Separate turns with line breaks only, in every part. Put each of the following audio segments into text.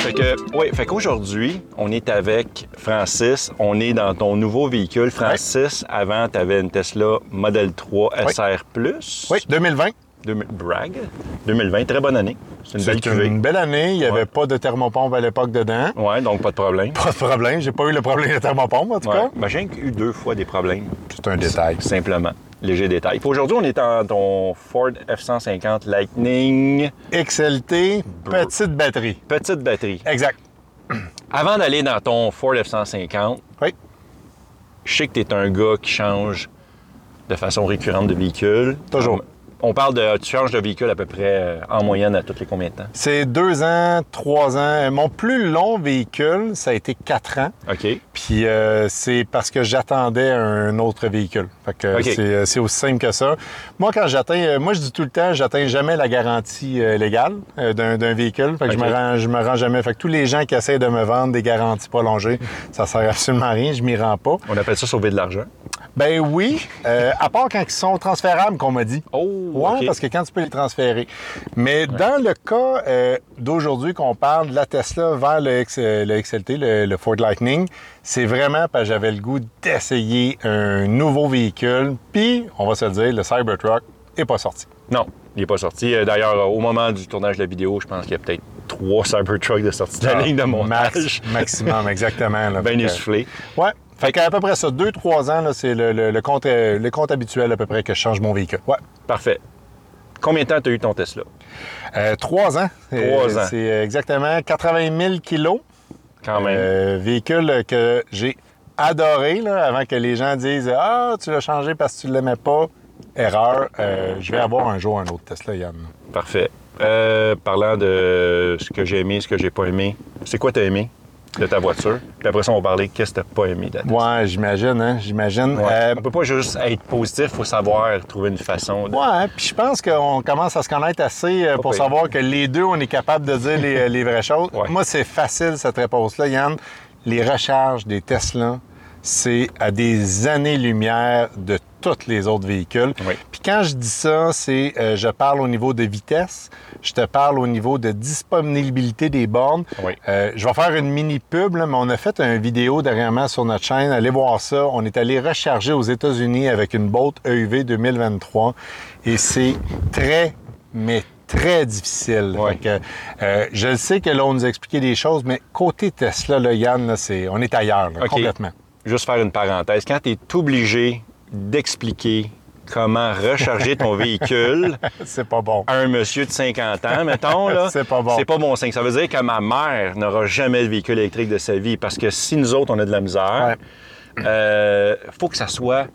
Fait que, ouais, fait qu'aujourd'hui, on est avec Francis. On est dans ton nouveau véhicule. Francis, avant, tu avais une Tesla Model 3
Oui.
SR. Plus.
Oui, 2020.
2000 brag. 2020, très bonne année. C'est une belle
C'est
cuvée.
une belle année. Il n'y avait
Ouais.
pas de thermopompe à l'époque dedans.
Ouais, donc pas de problème.
Pas de problème. J'ai pas eu le problème de thermopompe, en tout
Ouais.
cas.
Ben, j'ai eu deux fois des problèmes,
C'est un détail.
simplement. Léger détail. Puis Aujourd'hui, on est dans ton Ford F-150 Lightning.
XLT, petite batterie.
Petite batterie.
Exact.
Avant d'aller dans ton Ford F-150,
Oui.
je sais que tu es un gars qui change de façon récurrente de véhicule.
Toujours.
On parle de. Tu changes de véhicule à peu près euh, en moyenne à tous les combien de temps?
C'est deux ans, trois ans. Mon plus long véhicule, ça a été quatre ans.
OK.
Puis euh, c'est parce que j'attendais un autre véhicule. Fait que
OK.
c'est, euh, c'est aussi simple que ça. Moi, quand j'atteins, euh, moi je dis tout le temps, j'atteins jamais la garantie euh, légale euh, d'un, d'un véhicule. Fait que je
OK.
me rends, je me rends jamais. Fait que tous les gens qui essaient de me vendre des garanties prolongées, ça sert absolument à rien. Je m'y rends pas.
On appelle ça sauver de l'argent.
Ben oui, euh, à part quand ils sont transférables, qu'on m'a dit.
Oh,
Ouais,
OK.
parce que quand tu peux les transférer. Mais dans le cas euh, d'aujourd'hui qu'on parle de la Tesla vers le, X- euh, le XLT, le, le Ford Lightning, c'est vraiment parce que j'avais le goût d'essayer un nouveau véhicule. Puis, on va se le dire, le Cybertruck n'est pas sorti.
Non, il n'est pas sorti. Euh, D'ailleurs, euh, au moment du tournage de la vidéo, je pense qu'il y a peut-être trois Cybertruck de sortie de la ligne de montage.
Ah,
Ben,
Max, maximum, exactement. là.
bien
Fait que-
essoufflé.
Ouais. Fait qu'à peu près ça, 2-3 ans, là, c'est le, le- le compte, euh, le compte habituel à peu près que je change mon véhicule. Ouais.
Parfait. Combien de temps tu as eu ton Tesla?
Euh, trois ans. Euh,
Trois ans.
C'est exactement 80 000 kilos.
Quand même.
Euh, véhicule que j'ai adoré là, avant que les gens disent Ah, tu l'as changé parce que tu ne l'aimais pas. Erreur. Euh, je vais avoir un jour un autre Tesla, Yann.
Parfait. Euh, parlant de ce que j'ai aimé, ce que j'ai pas aimé, c'est quoi t'as aimé de ta voiture? Puis après ça, on va parler de qu'est-ce que t'as pas aimé de la Tesla.
Ouais, j'imagine, hein, j'imagine.
Ouais.
Euh,
On peut pas juste être positif, faut savoir trouver une façon de...
Ouais, hein, puis je pense qu'on commence à se connaître assez euh, pour
pire.
savoir que les deux, on est capable de dire les, euh, les vraies choses.
Ouais.
Moi, c'est facile, cette réponse-là, Yann. Les recharges des Tesla, c'est à des années-lumière de tous les autres véhicules.
Oui.
Puis quand je dis ça, c'est euh, je parle au niveau de vitesse, je te parle au niveau de disponibilité des bornes.
Oui.
Euh, je vais faire une mini pub, là, mais on a fait une vidéo dernièrement sur notre chaîne. Allez voir ça. On est allé recharger aux États-Unis avec une E Bolt EUV 2023 et c'est très, mais très difficile.
Ouais.
Fait que, euh, je le sais que là, on nous a expliqué des choses, mais côté Tesla, là, Yann, là, c'est, on est ailleurs, là,
OK.
complètement.
Juste faire une parenthèse. Quand tu es obligé d'expliquer comment recharger ton véhicule,
C'est pas bon.
à un monsieur de 50 ans, mettons, là,
C'est pas bon.
C'est pas bon signe. Ça veut dire que ma mère n'aura jamais de véhicule électrique de sa vie parce que si nous autres, on a de la misère, euh, faut que ça soit.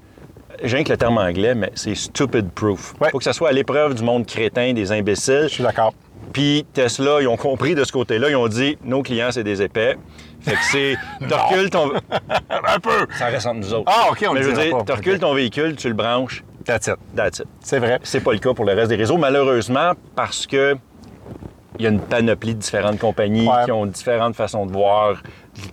J'ai rien que le terme anglais, mais c'est stupid proof.
Ouais.
Faut que ça soit à l'épreuve du monde crétin, des imbéciles.
Je suis d'accord.
Puis Tesla, ils ont compris de ce côté-là. Ils ont dit nos clients, c'est des épais. Fait que c'est. T'orcules ton.
Un peu.
Ça reste entre nous autres.
Ah, OK, on
Mais
le
je veux
dira
dire,
pas.
t'orcules
OK.
ton véhicule, tu le branches,
That's it.
that's it.
C'est vrai.
C'est pas le cas pour le reste des réseaux, malheureusement, parce que il y a une panoplie de différentes compagnies
Ouais.
qui ont différentes façons de voir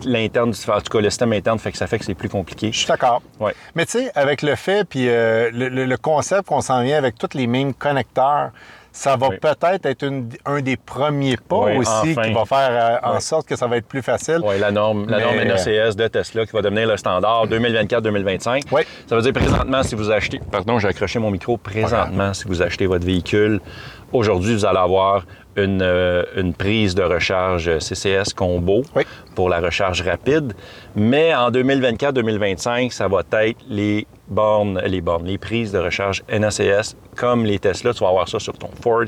l'interne, du- en tout cas le système interne, fait que ça fait que c'est plus compliqué.
Je suis d'accord.
Ouais.
Mais tu sais, avec le fait, puis euh, le, le- le concept qu'on s'en vient avec tous les mêmes connecteurs, ça va
Oui.
peut-être être une- un des premiers pas
Oui,
aussi
enfin.
qui va faire euh, en
Oui.
sorte que ça va être plus facile.
Ouais, la norme, la norme
Mais-
NRCS de Tesla qui va devenir le standard 2024-2025.
Ouais.
Ça veut dire présentement, si vous achetez, pardon, j'ai accroché mon micro, présentement, si vous achetez votre véhicule, aujourd'hui, vous allez avoir une, euh, une prise de recharge CCS combo
Oui.
pour la recharge rapide. Mais en 2024-2025, ça va être les bornes, les bornes, les prises de recharge NACS comme les Tesla. Tu vas avoir ça sur ton Ford,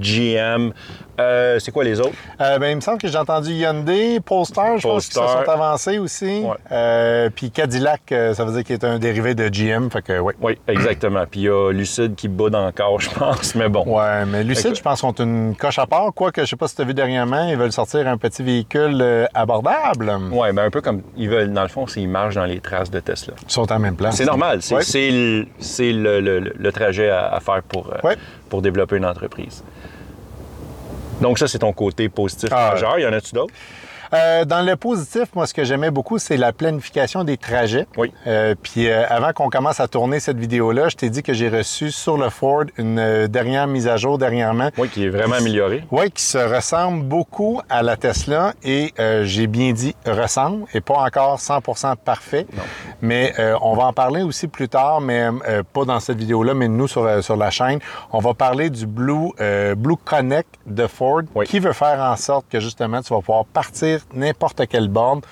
GM. Euh, c'est quoi les autres?
Euh, ben, il me semble que j'ai entendu Hyundai, Polestar, je pense qu'ils se
Polestar.
sont avancés aussi.
Ouais.
Euh, puis Cadillac, euh, ça veut dire qu'il est un dérivé de GM. Fait que, ouais.
Oui, exactement. Puis il y a Lucide qui boude encore, je pense, mais bon.
Ouais, mais Lucid,
Fait que-
je pense, sont une coche à part. Quoique, je sais pas si tu as vu dernièrement, ils veulent sortir un petit véhicule euh, abordable.
Ouais, ben un peu comme ils veulent, dans le fond, c'est ils marchent dans les traces de Tesla.
Ils sont en même place.
C'est normal, c'est
Ouais.
c'est le, c'est le- le- le- le trajet à, à faire pour, euh,
Ouais.
pour développer une entreprise. Donc ça, c'est ton côté positif
Ah.
majeur. Y en a-tu d'autres?
Euh, dans le positif, moi, ce que j'aimais beaucoup, c'est la planification des trajets.
Oui.
Euh, puis euh, avant qu'on commence à tourner cette vidéo-là, je t'ai dit que j'ai reçu sur le Ford une euh, dernière mise à jour dernièrement.
Oui, qui est vraiment amélioré.
Oui, qui se ressemble beaucoup à la Tesla et euh, j'ai bien dit ressemble et pas encore 100% parfait. Mais euh, on va en parler aussi plus tard, mais euh, pas dans cette vidéo-là, mais nous sur, euh, sur la chaîne, on va parler du Blue, euh, Blue Connect de Ford
Oui.
qui veut faire en sorte que justement tu vas pouvoir partir n'importe quelle borne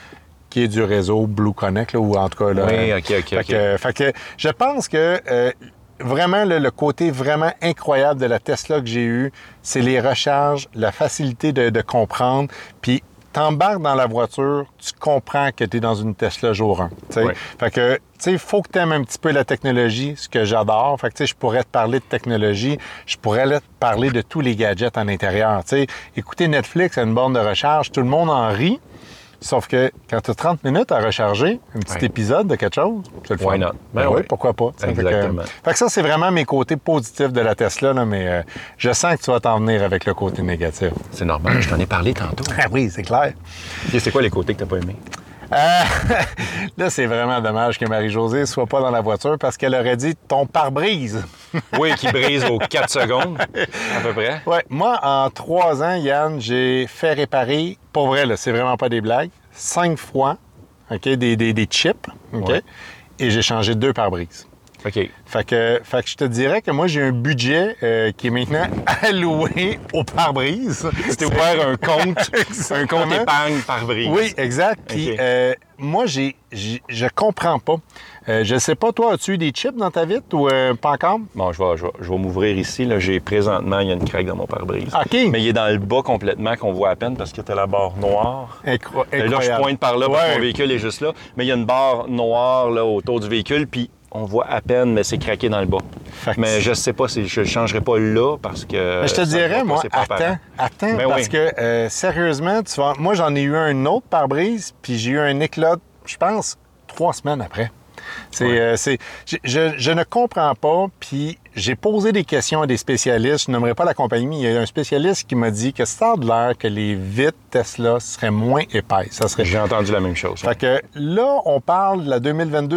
qui est du réseau Blue Connect là, ou en tout cas là,
Oui, OK, OK,
fait
OK.
que- fait que je pense que euh, vraiment là, le côté vraiment incroyable de la Tesla que j'ai eu, c'est les recharges, la facilité de, de comprendre, puis t'embarques dans la voiture, tu comprends que tu es dans une Tesla jour 1.
Ouais.
Fait que, tu sais, faut que tu aimes un petit peu la technologie, ce que j'adore. Fait que, tu sais, je pourrais te parler de technologie, je pourrais là, te parler de tous les gadgets à l'intérieur. Tu sais, écouter Netflix à une borne de recharge, tout le monde en rit. Sauf que quand tu as 30 minutes à recharger un petit
Ouais.
épisode de quelque chose, c'est le fun.
Why not?
Ben,
Ben
oui,
oui.
pourquoi pas? tu sais. Fait que,
Exactement.
euh, fait que ça, c'est vraiment mes côtés positifs de la Tesla, là, mais euh, je sens que tu vas t'en venir avec le côté négatif.
C'est normal, je t'en ai parlé tantôt.
Ah oui, c'est clair.
Et c'est quoi les côtés que t'as pas aimé?
Euh, là, c'est vraiment dommage que Marie-Josée soit pas dans la voiture parce qu'elle aurait dit ton pare-brise.
Oui, qui brise aux 4 secondes, à peu près.
Ouais, moi, en trois ans, Yann, j'ai fait réparer, pour vrai, là, c'est vraiment pas des blagues, cinq fois, OK, des, des, des chips, OK,
Ouais.
et j'ai changé deux pare-brises.
OK.
Fait que, fait que je te dirais que moi, j'ai un budget euh, qui est maintenant alloué au pare-brise.
C'était ouvert un compte, un compte
Exactement.
épargne par brise.
Oui, exact. Puis
Ok.
euh, moi, j'ai, j'ai- je comprends pas. Euh, je sais pas, toi, as-tu eu des chips dans ta vitre ou euh, pas encore?
Bon, je vais, je vais, je vais m'ouvrir ici. Là, j'ai présentement, il y a une craque dans mon pare-brise.
Ah, OK.
Mais il est dans le bas complètement qu'on voit à peine parce que t'as la barre noire.
Incro-
Et Ben Là, je
incroyable.
pointe par là parce que
Ouais.
mon véhicule est juste là. Mais il y a une barre noire là, autour du véhicule, puis on voit à peine, mais c'est craqué dans le bas.
Fait que-
Mais je sais pas, si je ne changerai pas là parce que.
Mais je
ça
te
me va
dirais,
pas,
moi,
Euh, c'est pas apparent.
attends, attends,
Ben
parce
oui.
que euh, sérieusement, tu vas... moi, j'en ai eu un autre pare-brise, puis j'ai eu un éclat, je pense, trois semaines après. C'est,
Ouais.
euh, c'est- je, je- je ne comprends pas, puis j'ai posé des questions à des spécialistes, je nommerai pas la compagnie, mais il y a un spécialiste qui m'a dit que ça a de l'air que les vitres Tesla seraient moins épaisses. Ça serait
J'ai entendu la même chose.
fait que là, on parle de la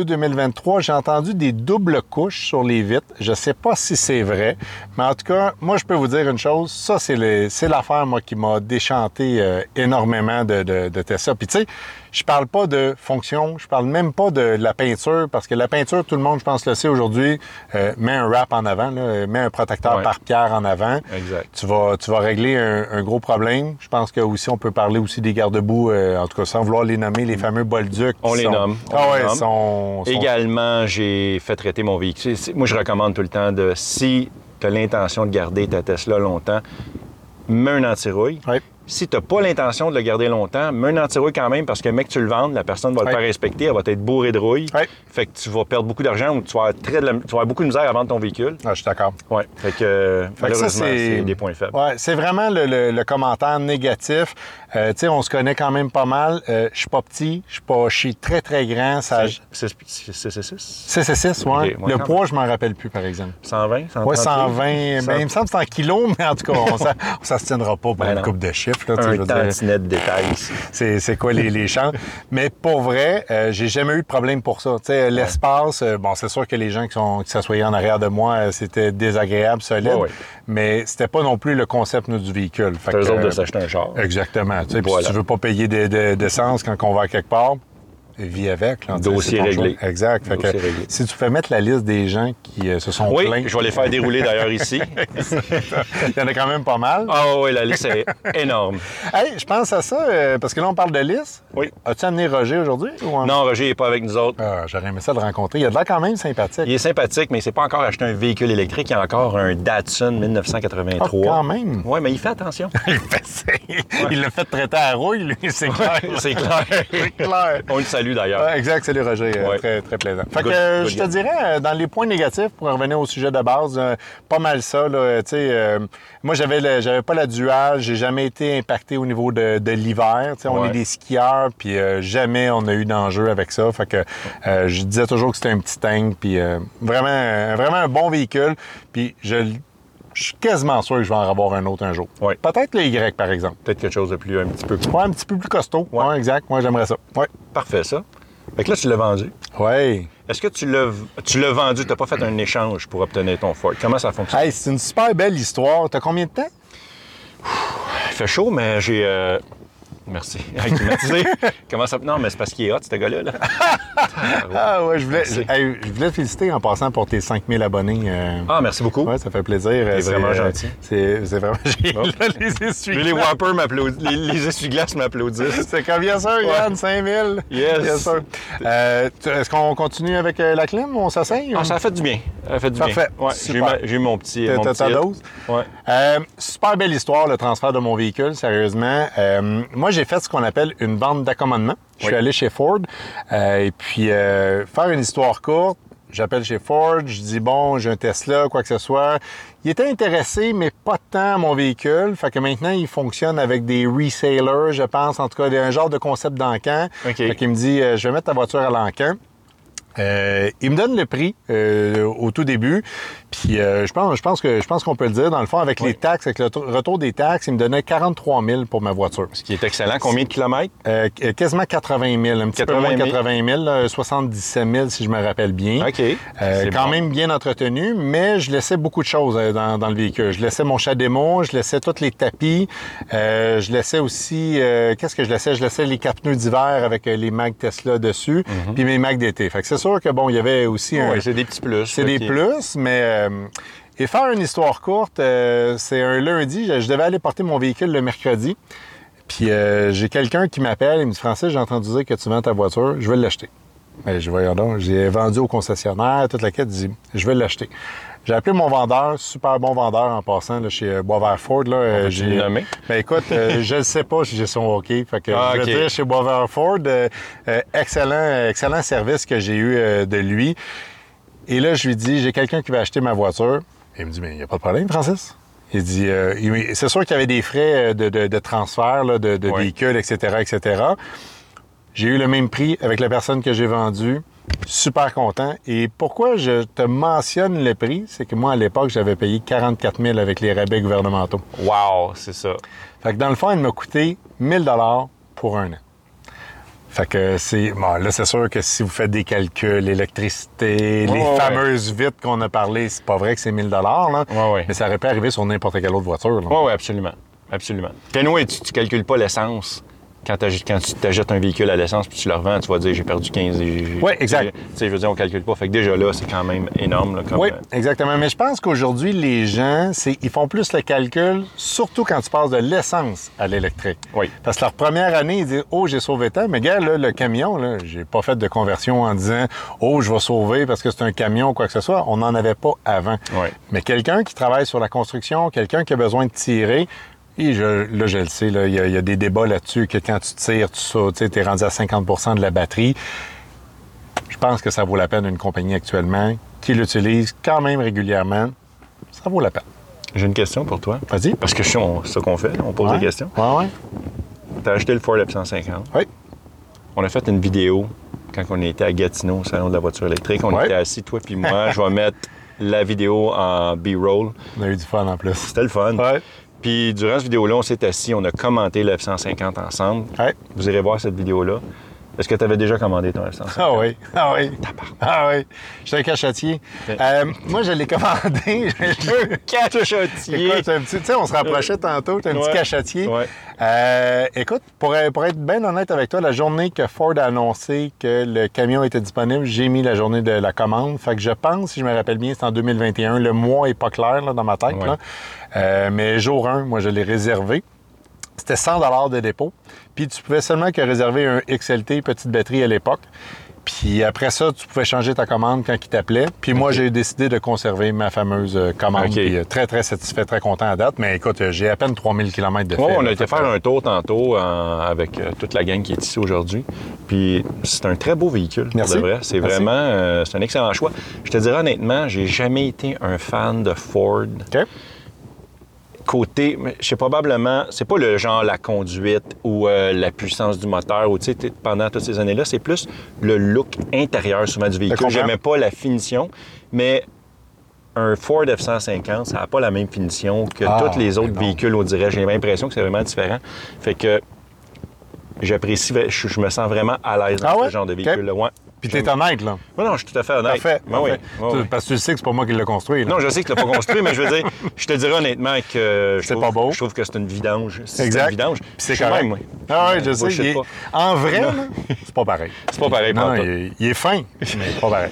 2022-2023. J'ai entendu des doubles couches sur les vitres. Je sais pas si c'est vrai, mais en tout cas, moi, je peux vous dire une chose. Ça, c'est le- c'est l'affaire, moi, qui m'a déchanté euh, énormément de, de, de Tesla. Puis, tu sais, je parle pas de fonction. Je parle même pas de la peinture, parce que la peinture, tout le monde, je pense, le sait aujourd'hui, euh, met un wrap en avant, là, euh, met un protecteur
Ouais.
par pierre en avant.
Exact.
Tu vas, tu vas régler un, un gros problème. Je pense que aussi on peut parler aussi des garde-boue, euh, en tout cas sans vouloir les nommer, les fameux bolducs.
On
qui
les
sont-
nomme, on
Ah
les
ouais,
nomme.
sont, sont-
Également, j'ai fait traiter mon véhicule. C'est- Moi, je recommande tout le temps de, si tu as l'intention de garder ta Tesla longtemps, mets un anti-rouille.
Ouais.
Si tu n'as pas l'intention de le garder longtemps, mets un anti-rouille quand même parce que, mec, tu le vendes, la personne va le
Ouais.
faire inspecter, elle va être bourrée de rouille.
Ouais.
Fait que tu vas perdre beaucoup d'argent ou tu vas, avoir très de la- tu vas avoir beaucoup de misère à vendre ton véhicule.
Ah, je suis d'accord.
Ouais. Fait que, euh,
Fait que ça,
malheureusement, c'est des points faibles.
Ouais, c'est vraiment le, le- le commentaire négatif. Euh, tu sais, on se connaît quand même pas mal. Euh, je suis pas petit, je suis pas, je suis très très grand. Ça,
C'est- c'est- c'est- c'est- c'est-
c'est 6 ouais.
Ok, ouais,
le
quand
poids, je m'en rappelle plus, par exemple.
120, 130
Ouais, 120. Ben, il me semble que c'est en kilos, mais en tout cas, on s'en- on s'abstiendra pas pour
Ben
une
non.
coupe de chiffres. Là, tu sais, je
un
veux dire.
tantinet de détails ici.
c'est, c'est quoi les, les champs. Mais pour vrai, euh, j'ai jamais eu de problème pour ça. Tu sais, l'espace, euh, bon, c'est sûr que les gens qui sont qui s'assoyaient en arrière de moi, euh, c'était désagréable, solide.
Ouais, ouais.
Mais c'était pas non plus le concept nous, du véhicule. Fait
C'est eux
que,
autres de
euh,
s'acheter un char.
Exactement. Tu sais, puis
Voilà.
Si tu veux pas payer de- de- d'essence quand on va quelque part, vis avec. là, tu sais,
Dossier
c'est ton
réglé.
choix. Exact. Fait que,
Dossier réglé.
si tu peux mettre la liste des gens qui euh, se sont
Oui,
plaints,
je vais les faire dérouler d'ailleurs ici.
il y en a quand même pas mal.
Ah oui, la liste est énorme.
Hey, je pense à ça, euh, parce que là, on parle de liste.
Oui.
As-tu amené Roger aujourd'hui? ou on-
Non, Roger n'est pas avec nous autres.
Ah, J'aurais aimé ça le rencontrer. Il a de l'air quand même sympathique.
Il est sympathique, mais il s'est pas encore acheté un véhicule électrique. Il a encore un Datsun
Ah,
1983.
quand même.
Oui, mais il fait attention.
Il fait ça. Il l'a fait traiter à rouille, lui, c'est clair.
C'est clair.
C'est clair.
On le salue d'ailleurs.
Ah, exact, salut Roger. Euh,
Ouais.
Très, très plaisant. Fait que
Good,
euh,
good
je te
guy.
dirais, euh, dans les points négatifs, pour revenir au sujet de base, euh, pas mal ça. Là, euh, tu sais, euh, moi, j'avais le- j'avais pas la dual, j'ai jamais été impacté au niveau de, de l'hiver. Tu sais, On
Ouais.
est des skieurs, puis euh, jamais on a eu d'enjeu avec ça. Fait que euh, je disais toujours que c'était un petit tank, puis euh, vraiment, euh, vraiment un bon véhicule. Puis je l- je je suis quasiment sûr que je vais en avoir un autre un jour.
Ouais.
Peut-être le Y, par exemple.
Peut-être quelque chose de plus, un petit peu plus.
Ouais, un petit peu plus costaud.
Ouais.
Ouais, exact. Moi, j'aimerais ça. Ouais.
Parfait, ça. Fait que là, tu l'as vendu.
Ouais.
Est-ce que tu l'as, tu l'as vendu, tu n'as pas fait un échange pour obtenir ton Ford? Comment ça fonctionne?
Hey, c'est une super belle histoire. T'as combien de temps? Ah.
Il fait chaud, mais j'ai... euh, Merci. Hey, climatisé. Comment ça... Non, mais c'est parce qu'il est hot, ce gars-là. là.
Ah ouais, je voulais,
Merci.
hey, je voulais te féliciter en passant pour tes 5000 abonnés. euh,
Ah, merci beaucoup.
Ouais, ça fait plaisir. euh,
vraiment
euh,
gentil.
C'est c'est vraiment génial. les essuie
Puis les Whoppers m'applaudissent, les, les essuie-glaces m'applaudissent.
C'est comme, bien sûr, Yann, 5000.
Yes.
Bien sûr. Euh, tu- Est-ce qu'on continue avec euh, la clim? On s'asseye?
Ah,
ou-
ça a fait du bien. Ça a fait du
Parfait.
bien. Ouais,
Super.
j'ai, eu ma- j'ai eu mon petit... euh,
T'as-
mon
t'as
petit
ta
hit.
dose?
Ouais.
Euh, super belle histoire, le transfert de mon véhicule, sérieusement. Euh, moi, j'ai fait ce qu'on appelle une bande d'accommodement. Je suis
Oui.
allé chez Ford. euh, et puis, euh, faire une histoire courte, j'appelle chez Ford, je dis, bon, j'ai un Tesla, quoi que ce soit. Il était intéressé, mais pas tant à mon véhicule. Fait que maintenant, il fonctionne avec des resellers, je pense, en tout cas, un genre de concept d'encan.
OK.
Fait qu'il me dit, euh, je vais mettre ta voiture à l'encan. Euh, il me donne le prix euh, au tout début, puis euh, je pense, je pense que je pense qu'on peut le dire. Dans le fond, avec les taxes, avec le t- retour des taxes, il me donnait 43 000 pour ma voiture.
Ce qui est excellent. Combien de kilomètres?
Euh, qu- quasiment 80 000, un petit peu moins de
80 000.
80 000, là, 77 000 si je me rappelle bien.
OK.
Euh,
C'est
quand
bon.
même bien entretenu, mais je laissais beaucoup de choses euh, dans, dans le véhicule. Je laissais mon chat démon, je laissais tous les tapis, euh, je laissais aussi, euh, qu'est-ce que je laissais? Je laissais les quatre pneus d'hiver avec euh, les mags Tesla dessus,
Mhm.
puis mes mags d'été. Fait que c'est sûr que, bon, il y avait aussi un...
Ouais, c'est des petits plus.
C'est
Fait
des
qu'il-
plus, mais... euh, et faire une histoire courte, euh, c'est un lundi, je, je devais aller porter mon véhicule le mercredi. Puis euh, j'ai quelqu'un qui m'appelle, il me dit Francis, j'ai entendu dire que tu vends ta voiture, je vais l'acheter. Mais je voyons donc, j'ai vendu au concessionnaire, toute la quête, je dis, je vais l'acheter. J'ai appelé mon vendeur, super bon vendeur en passant là, chez euh, Boisvert Ford. Là, euh,
peut-tu
j'ai
le nommer?
Ben écoute, euh, je ne sais pas si j'ai son OK. Fait que,
Ah,
je veux
OK.
dire, chez Boisvert Ford, euh, euh, excellent, excellent service que j'ai eu euh, de lui. Et là, je lui dis, j'ai quelqu'un qui va acheter ma voiture. Il me dit, mais il n'y a pas de problème, Francis. Il dit, euh, il- c'est sûr qu'il y avait des frais euh, de, de- de transfert, là, de, de
Oui.
véhicule, etc., etc. J'ai eu le même prix avec la personne que j'ai vendue. Super content. Et pourquoi je te mentionne le prix, c'est que moi, à l'époque, j'avais payé 44 000 avec les rabais gouvernementaux.
Wow, c'est ça.
Fait que dans le fond, elle m'a coûté 1000 dollars pour un an. Fait que c'est bon là c'est sûr que si vous faites des calculs, l'électricité,
Ouais,
les
ouais,
fameuses vitres qu'on a parlé, c'est pas vrai que c'est 1000 dollars là,
Ouais, ouais.
mais ça aurait pu arriver sur n'importe quelle autre voiture. là.
Oui, oui, absolument. Absolument. Puis anyway, tu ne calcules pas l'essence. Quand, t'ach- quand tu t'achètes un véhicule à l'essence puis tu le revends, tu vas dire j'ai perdu 15. et j'ai-
Ouais, exact.
Tu sais, je veux dire, on ne calcule pas. Fait que déjà là, c'est quand même énorme. là, comme,
Oui,
euh,
exactement. Mais je pense qu'aujourd'hui, les gens, c'est, ils font plus le calcul, surtout quand tu passes de l'essence à l'électrique.
Oui.
Parce que leur première année, ils disent Oh, j'ai sauvé tant. Mais gars, là, le camion, là, j'ai pas fait de conversion en disant Oh, je vais sauver parce que c'est un camion ou quoi que ce soit. On n'en avait pas avant.
Oui.
Mais quelqu'un qui travaille sur la construction, quelqu'un qui a besoin de tirer, et je- là, je le sais, là, il y, a- il y a des débats là-dessus que quand tu tires, tu sautes, tu sais, t'es rendu à 50 de la batterie. Je pense que ça vaut la peine une compagnie actuellement qui l'utilise quand même régulièrement. Ça vaut la peine.
J'ai une question pour toi.
Vas-y.
Parce que je sais, on- c'est ça qu'on fait, on pose
Ouais.
des questions.
Ouais, ouais.
Tu as acheté le Ford F-150.
Oui.
On a fait une vidéo quand on était à Gatineau, au salon de la voiture électrique. On
Ouais.
était assis, toi puis moi. je vais mettre la vidéo en B-roll.
On a eu du fun en plus.
C'était le fun.
Ouais.
Puis durant cette vidéo-là, on s'est assis, on a commenté le F-150 ensemble.
Ouais.
Vous irez voir cette vidéo-là. Est-ce que tu avais déjà commandé ton F-150?
Ah oui, ah oui. Ah oui. Je suis un cachetier. Euh, moi, je l'ai commandé. Je- Écoute,
Cachetier!
un petit, tu sais, on se rapprochait tantôt, t'as un
Ouais.
petit cachetier.
Ouais.
Euh, écoute, pour, pour être bien honnête avec toi, la journée que Ford a annoncé que le camion était disponible, j'ai mis la journée de la commande. Fait que je pense, si je me rappelle bien, c'est en 2021. Le mois est pas clair là, dans ma tête.
Ouais.
là. Euh, mais jour 1, moi, je l'ai réservé. C'était 100 de dépôt. Puis tu pouvais seulement que réserver un XLT petite batterie à l'époque. Puis après ça, tu pouvais changer ta commande quand il t'appelait. Puis moi, j'ai décidé de conserver ma fameuse euh, commande.
OK.
Puis, euh, très, très satisfait, très content à date. Mais écoute, euh, j'ai à peine 3000 km de fait.
Ouais, on
là.
a été faire un tour tantôt en- avec euh, toute la gang qui est ici aujourd'hui. Puis c'est un très beau véhicule, pour
Merci.
de vrai. C'est
Merci.
vraiment euh, c'est un excellent choix. Je te dirais honnêtement, j'ai jamais été un fan de Ford.
OK.
côté, mais je sais probablement, c'est pas le genre la conduite ou euh, la puissance du moteur ou tu sais t'es- pendant toutes ces années-là, c'est plus le look intérieur souvent du véhicule.
comprends.
J'aimais pas la finition, mais un Ford F-150, ça n'a pas la même finition que
Ah,
tous les autres
non.
véhicules, on dirait. J'ai l'impression que c'est vraiment différent. Fait que j'apprécie, je, je me sens vraiment à l'aise dans
Ah ouais?
ce genre de
OK.
véhicule-là. Ouais.
Puis t'es honnête, là.
Ouais, non, je suis tout à fait honnête. Ben
Parfait.
Ouais, ouais,
parfait.
ouais, ouais.
Parce que tu sais que c'est pas moi qui l'ai construit. là.
Non, je sais que tu l'as pas construit, mais je veux dire, je te dirais honnêtement que euh, je
C'est
trouve,
pas beau.
je trouve que c'est une vidange. Si C'est une
Exact.
vidange.
Puis c'est
Je suis
correct.
même, moi.
ah ouais, je
Euh,
sais.
bullshit
il est-
pas.
En vrai, là, c'est pas pareil.
C'est pas pareil,
Non,
pas
non,
en
il, est- il est fin, mais c'est pas pareil.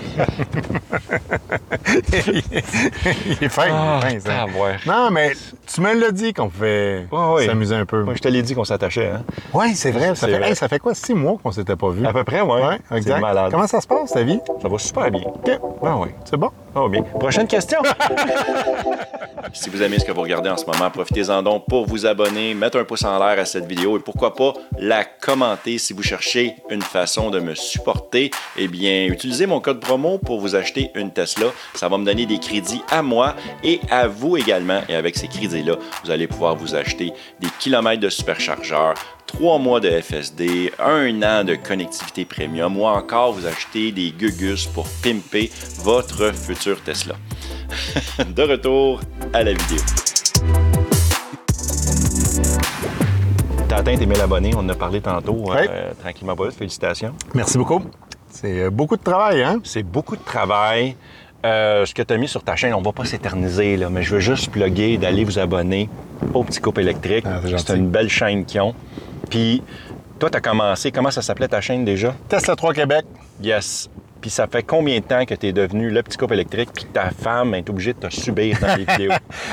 il est fin,
Ah,
il est fin, ça.
tabarouette.
Non, mais tu me l'as dit qu'on pouvait
Ouais, ouais.
s'amuser un peu.
Moi, je te l'ai dit qu'on s'attachait. Hein?
Oui, c'est vrai. Ça
C'est
fait,
vrai.
hey, ça fait quoi, six mois qu'on s'était pas vu?
À peu près, ouais.
Ouais,
C'est
exact.
malade.
Comment ça se passe, ta vie?
Ça va super bien.
OK,
Ah oui.
C'est bon?
Ah oui, bien. Prochaine question.
Si vous aimez ce que vous regardez en ce moment, profitez-en donc pour vous abonner, mettre un pouce en l'air à cette vidéo et pourquoi pas la commenter. Si vous cherchez une façon de me supporter, eh bien, utilisez mon code promo pour vous acheter une Tesla. Ça va me donner des crédits à moi et à vous également. Et avec ces crédits-là, vous allez pouvoir vous acheter des kilomètres de superchargeurs, trois mois de FSD, un an de connectivité premium ou encore vous achetez des Gugus pour pimper votre futur Tesla. de retour à la vidéo.
T'as atteint tes 1000 abonnés, on en a parlé tantôt.
Ouais.
euh, tranquillement, pas vite. Félicitations.
Merci beaucoup. C'est euh, beaucoup de travail, hein?
C'est beaucoup de travail. Euh, ce que tu as mis sur ta chaîne, on va pas s'éterniser, là, mais je veux juste plugger d'aller vous abonner au Petit Coupe Électrique.
Ah, c'est
c'est
gentil.
une belle chaîne qu'ils ont. Puis, toi, tu as commencé. Comment ça s'appelait ta chaîne déjà?
Tesla 3 Québec.
Yes. Puis, ça fait combien de temps que tu es devenu le Petit Coupe Électrique, puis que ta femme est obligée de te subir dans les vidéos?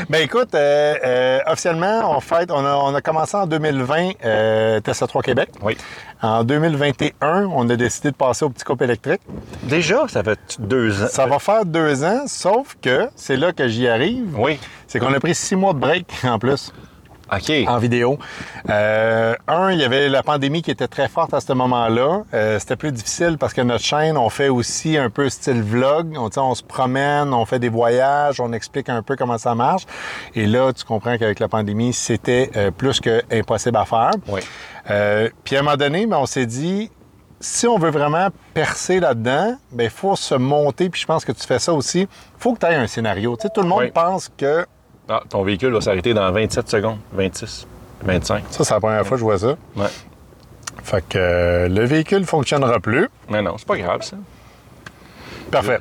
Ben écoute, euh, euh, officiellement, on fête, on a, on a commencé en 2020 euh, Tesla 3 Québec.
Oui.
En 2021, on a décidé de passer au petit couple électrique.
Déjà, ça fait deux ans.
Ça va faire deux ans, sauf que c'est là que j'y arrive.
Oui.
C'est qu'on a pris six mois de break en plus
OK.
en vidéo. Euh, un, il y avait la pandémie qui était très forte à ce moment-là. Euh, C'était plus difficile parce que notre chaîne, on fait aussi un peu style vlog. On, tu sais, on se promène, on fait des voyages, on explique un peu comment ça marche. Et là, tu comprends qu'avec la pandémie, c'était euh, plus que impossible à faire.
Oui.
Euh, puis à un moment donné, ben, on s'est dit, si on veut vraiment percer là-dedans, ben, il faut se monter. Puis je pense que tu fais ça aussi. faut que tu aies un scénario. Tu sais, tout le monde
Oui.
pense que...
Ah, ton véhicule va s'arrêter dans 27 secondes, 26, 25.
Ça, c'est la première fois que je vois ça.
Ouais.
Fait que euh, le véhicule ne fonctionnera plus.
Mais non, c'est pas grave, ça.
Parfait.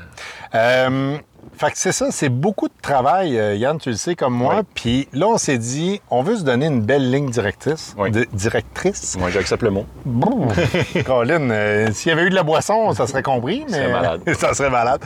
Euh, fait que c'est ça, c'est beaucoup de travail, euh, Yann, tu le sais comme moi.
Oui.
Puis là, on s'est dit, on veut se donner une belle ligne directrice.
Oui.
di- directrice.
Moi, j'accepte le mot.
Brrr. Colin, euh, s'il y avait eu de la boisson, ça serait compris, mais
serait malade.
ça serait malade.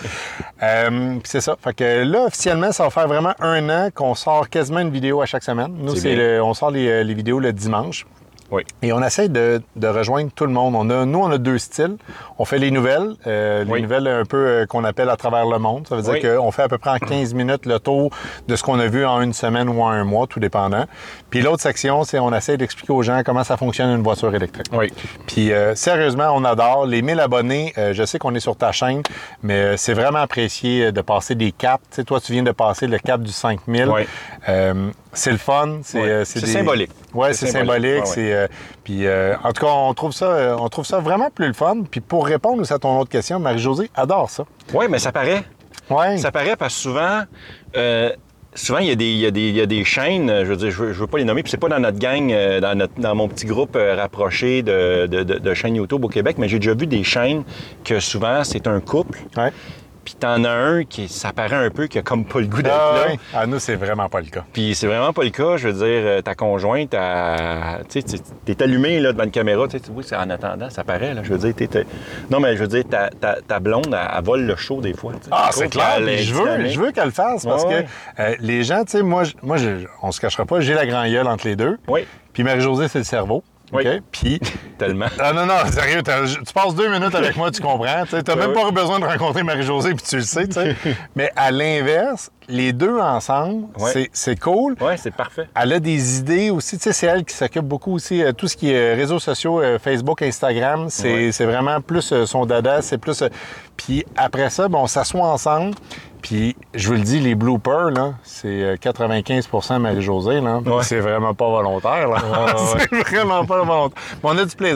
Euh, puis c'est ça. Fait que là, officiellement, ça va faire vraiment un an qu'on sort quasiment une vidéo à chaque semaine. Nous,
C'est
c'est
bien.
le- on sort les, les vidéos le dimanche.
Oui.
Et on essaie de, de rejoindre tout le monde. On a, nous, on a deux styles. On fait les nouvelles, euh, les
Oui.
nouvelles un peu euh, qu'on appelle à travers le monde. Ça veut dire
Oui.
qu'on fait à peu près en 15 minutes le tour de ce qu'on a vu en une semaine ou en un mois, tout dépendant. Puis l'autre section, c'est on essaie d'expliquer aux gens comment ça fonctionne une voiture électrique.
Oui.
Puis euh, sérieusement, on adore. Les 1000 abonnés, euh, je sais qu'on est sur ta chaîne, mais euh, c'est vraiment apprécié euh, de passer des caps. Tu sais, toi, tu viens de passer le cap du 5000.
Oui.
Euh, c'est le fun. C'est
Oui.
euh,
C'est symbolique.
Ouais,
C'est
c'est
symbolique.
symbolique.
Ouais,
c'est, euh, puis, euh, en tout cas, on trouve, ça, euh, on trouve ça vraiment plus le fun. Puis pour répondre aussi à ton autre question, Marie-Josée adore ça.
Oui, mais ça paraît.
Ouais.
Ça paraît parce que souvent, euh, souvent il y, a des- il y a des- il y a des chaînes, euh, je veux dire, je veux, je veux pas les nommer, puis c'est pas dans notre gang, euh, dans, notre- dans mon petit groupe euh, rapproché de, de- de- de chaînes YouTube au Québec, mais j'ai déjà vu des chaînes que souvent c'est un couple,
Ouais.
puis t'en as un qui, ça paraît un peu qui a comme pas le goût d'être
Ah,
là.
ouais. Ah, nous, c'est vraiment pas le cas.
Puis c'est vraiment pas le cas, je veux dire, euh, ta conjointe, elle- tu sais, t'es- t'es allumé là, devant une caméra, tu sais, tu- oui, c'est en attendant, ça paraît, là, je veux dire, t'es- t'es- non, mais je veux dire, ta, ta- ta blonde, elle, elle vole le show des fois. tu sais.
Ah,
Je
c'est
trouve
clair.
qu'elle
puis
est
Je veux,
dynamique.
je veux qu'elle le fasse parce
Ouais, ouais.
que euh, les gens, tu sais, moi, je- moi je- on se cachera pas, j'ai la grand gueule entre les deux.
Oui.
Puis Marie-Josée, c'est le cerveau.
Oui.
OK? Puis.
Tellement.
Ah non, non, sérieux, t'as- tu passes deux minutes avec moi, tu comprends. Tu n'as
Ben
même
oui.
pas besoin de rencontrer Marie-Josée, puis tu le sais. tu sais. Mais à l'inverse, les deux ensemble,
Ouais.
c'est- c'est cool.
Oui, c'est parfait.
Elle a des idées aussi. Tu sais, c'est elle qui s'occupe beaucoup aussi euh, tout ce qui est euh, réseaux sociaux, euh, Facebook, Instagram. C'est
Ouais.
c'est vraiment plus euh, son dada. C'est plus. euh, Puis après ça, ben, on s'assoit ensemble. Puis je vous le dis, les bloopers, là, c'est euh, 95 Marie-Josée. là.
Ouais.
C'est vraiment pas volontaire. là. c'est vraiment pas volontaire. Mais on a du plaisir.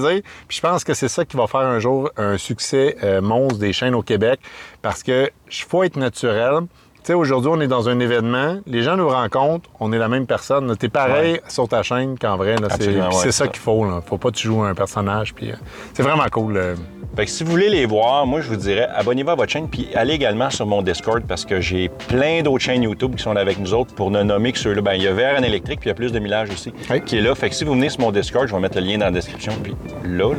Puis je pense que c'est ça qui va faire un jour un succès euh, monstre des chaînes au Québec. Parce que je faut être naturel. sais, aujourd'hui, on est dans un événement, les gens nous rencontrent, on est la même personne. là. T'es pareil sur ta chaîne qu'en vrai. là. C'est
Absolument,
puis
ouais, c'est
c'est ça
ça.
qu'il faut. Là. Faut pas que tu joues un personnage. Puis, euh, c'est vraiment cool. euh.
Fait que si vous voulez les voir, moi je vous dirais abonnez-vous à votre chaîne puis allez également sur mon Discord parce que j'ai plein d'autres chaînes YouTube qui sont là avec nous autres pour ne nommer que ceux-là. Ben, il y a Vert en électrique puis il y a plus de millage aussi
Oui.
qui est là. Fait que si vous venez sur mon Discord, je vais mettre le lien dans la description puis là. là.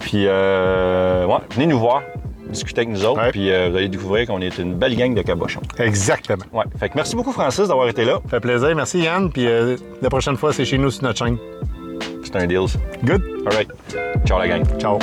Puis euh, ouais, venez nous voir, discuter avec nous autres
Ouais.
puis euh, vous allez découvrir qu'on est une belle gang de cabochons.
Exactement.
Ouais. Fait que merci beaucoup Francis d'avoir été là.
Fait plaisir. Merci, Yann. Puis, euh, la prochaine fois, c'est chez nous sur notre chaîne.
C'est un deal. ça.
Good.
All right. Ciao la gang.
Ciao.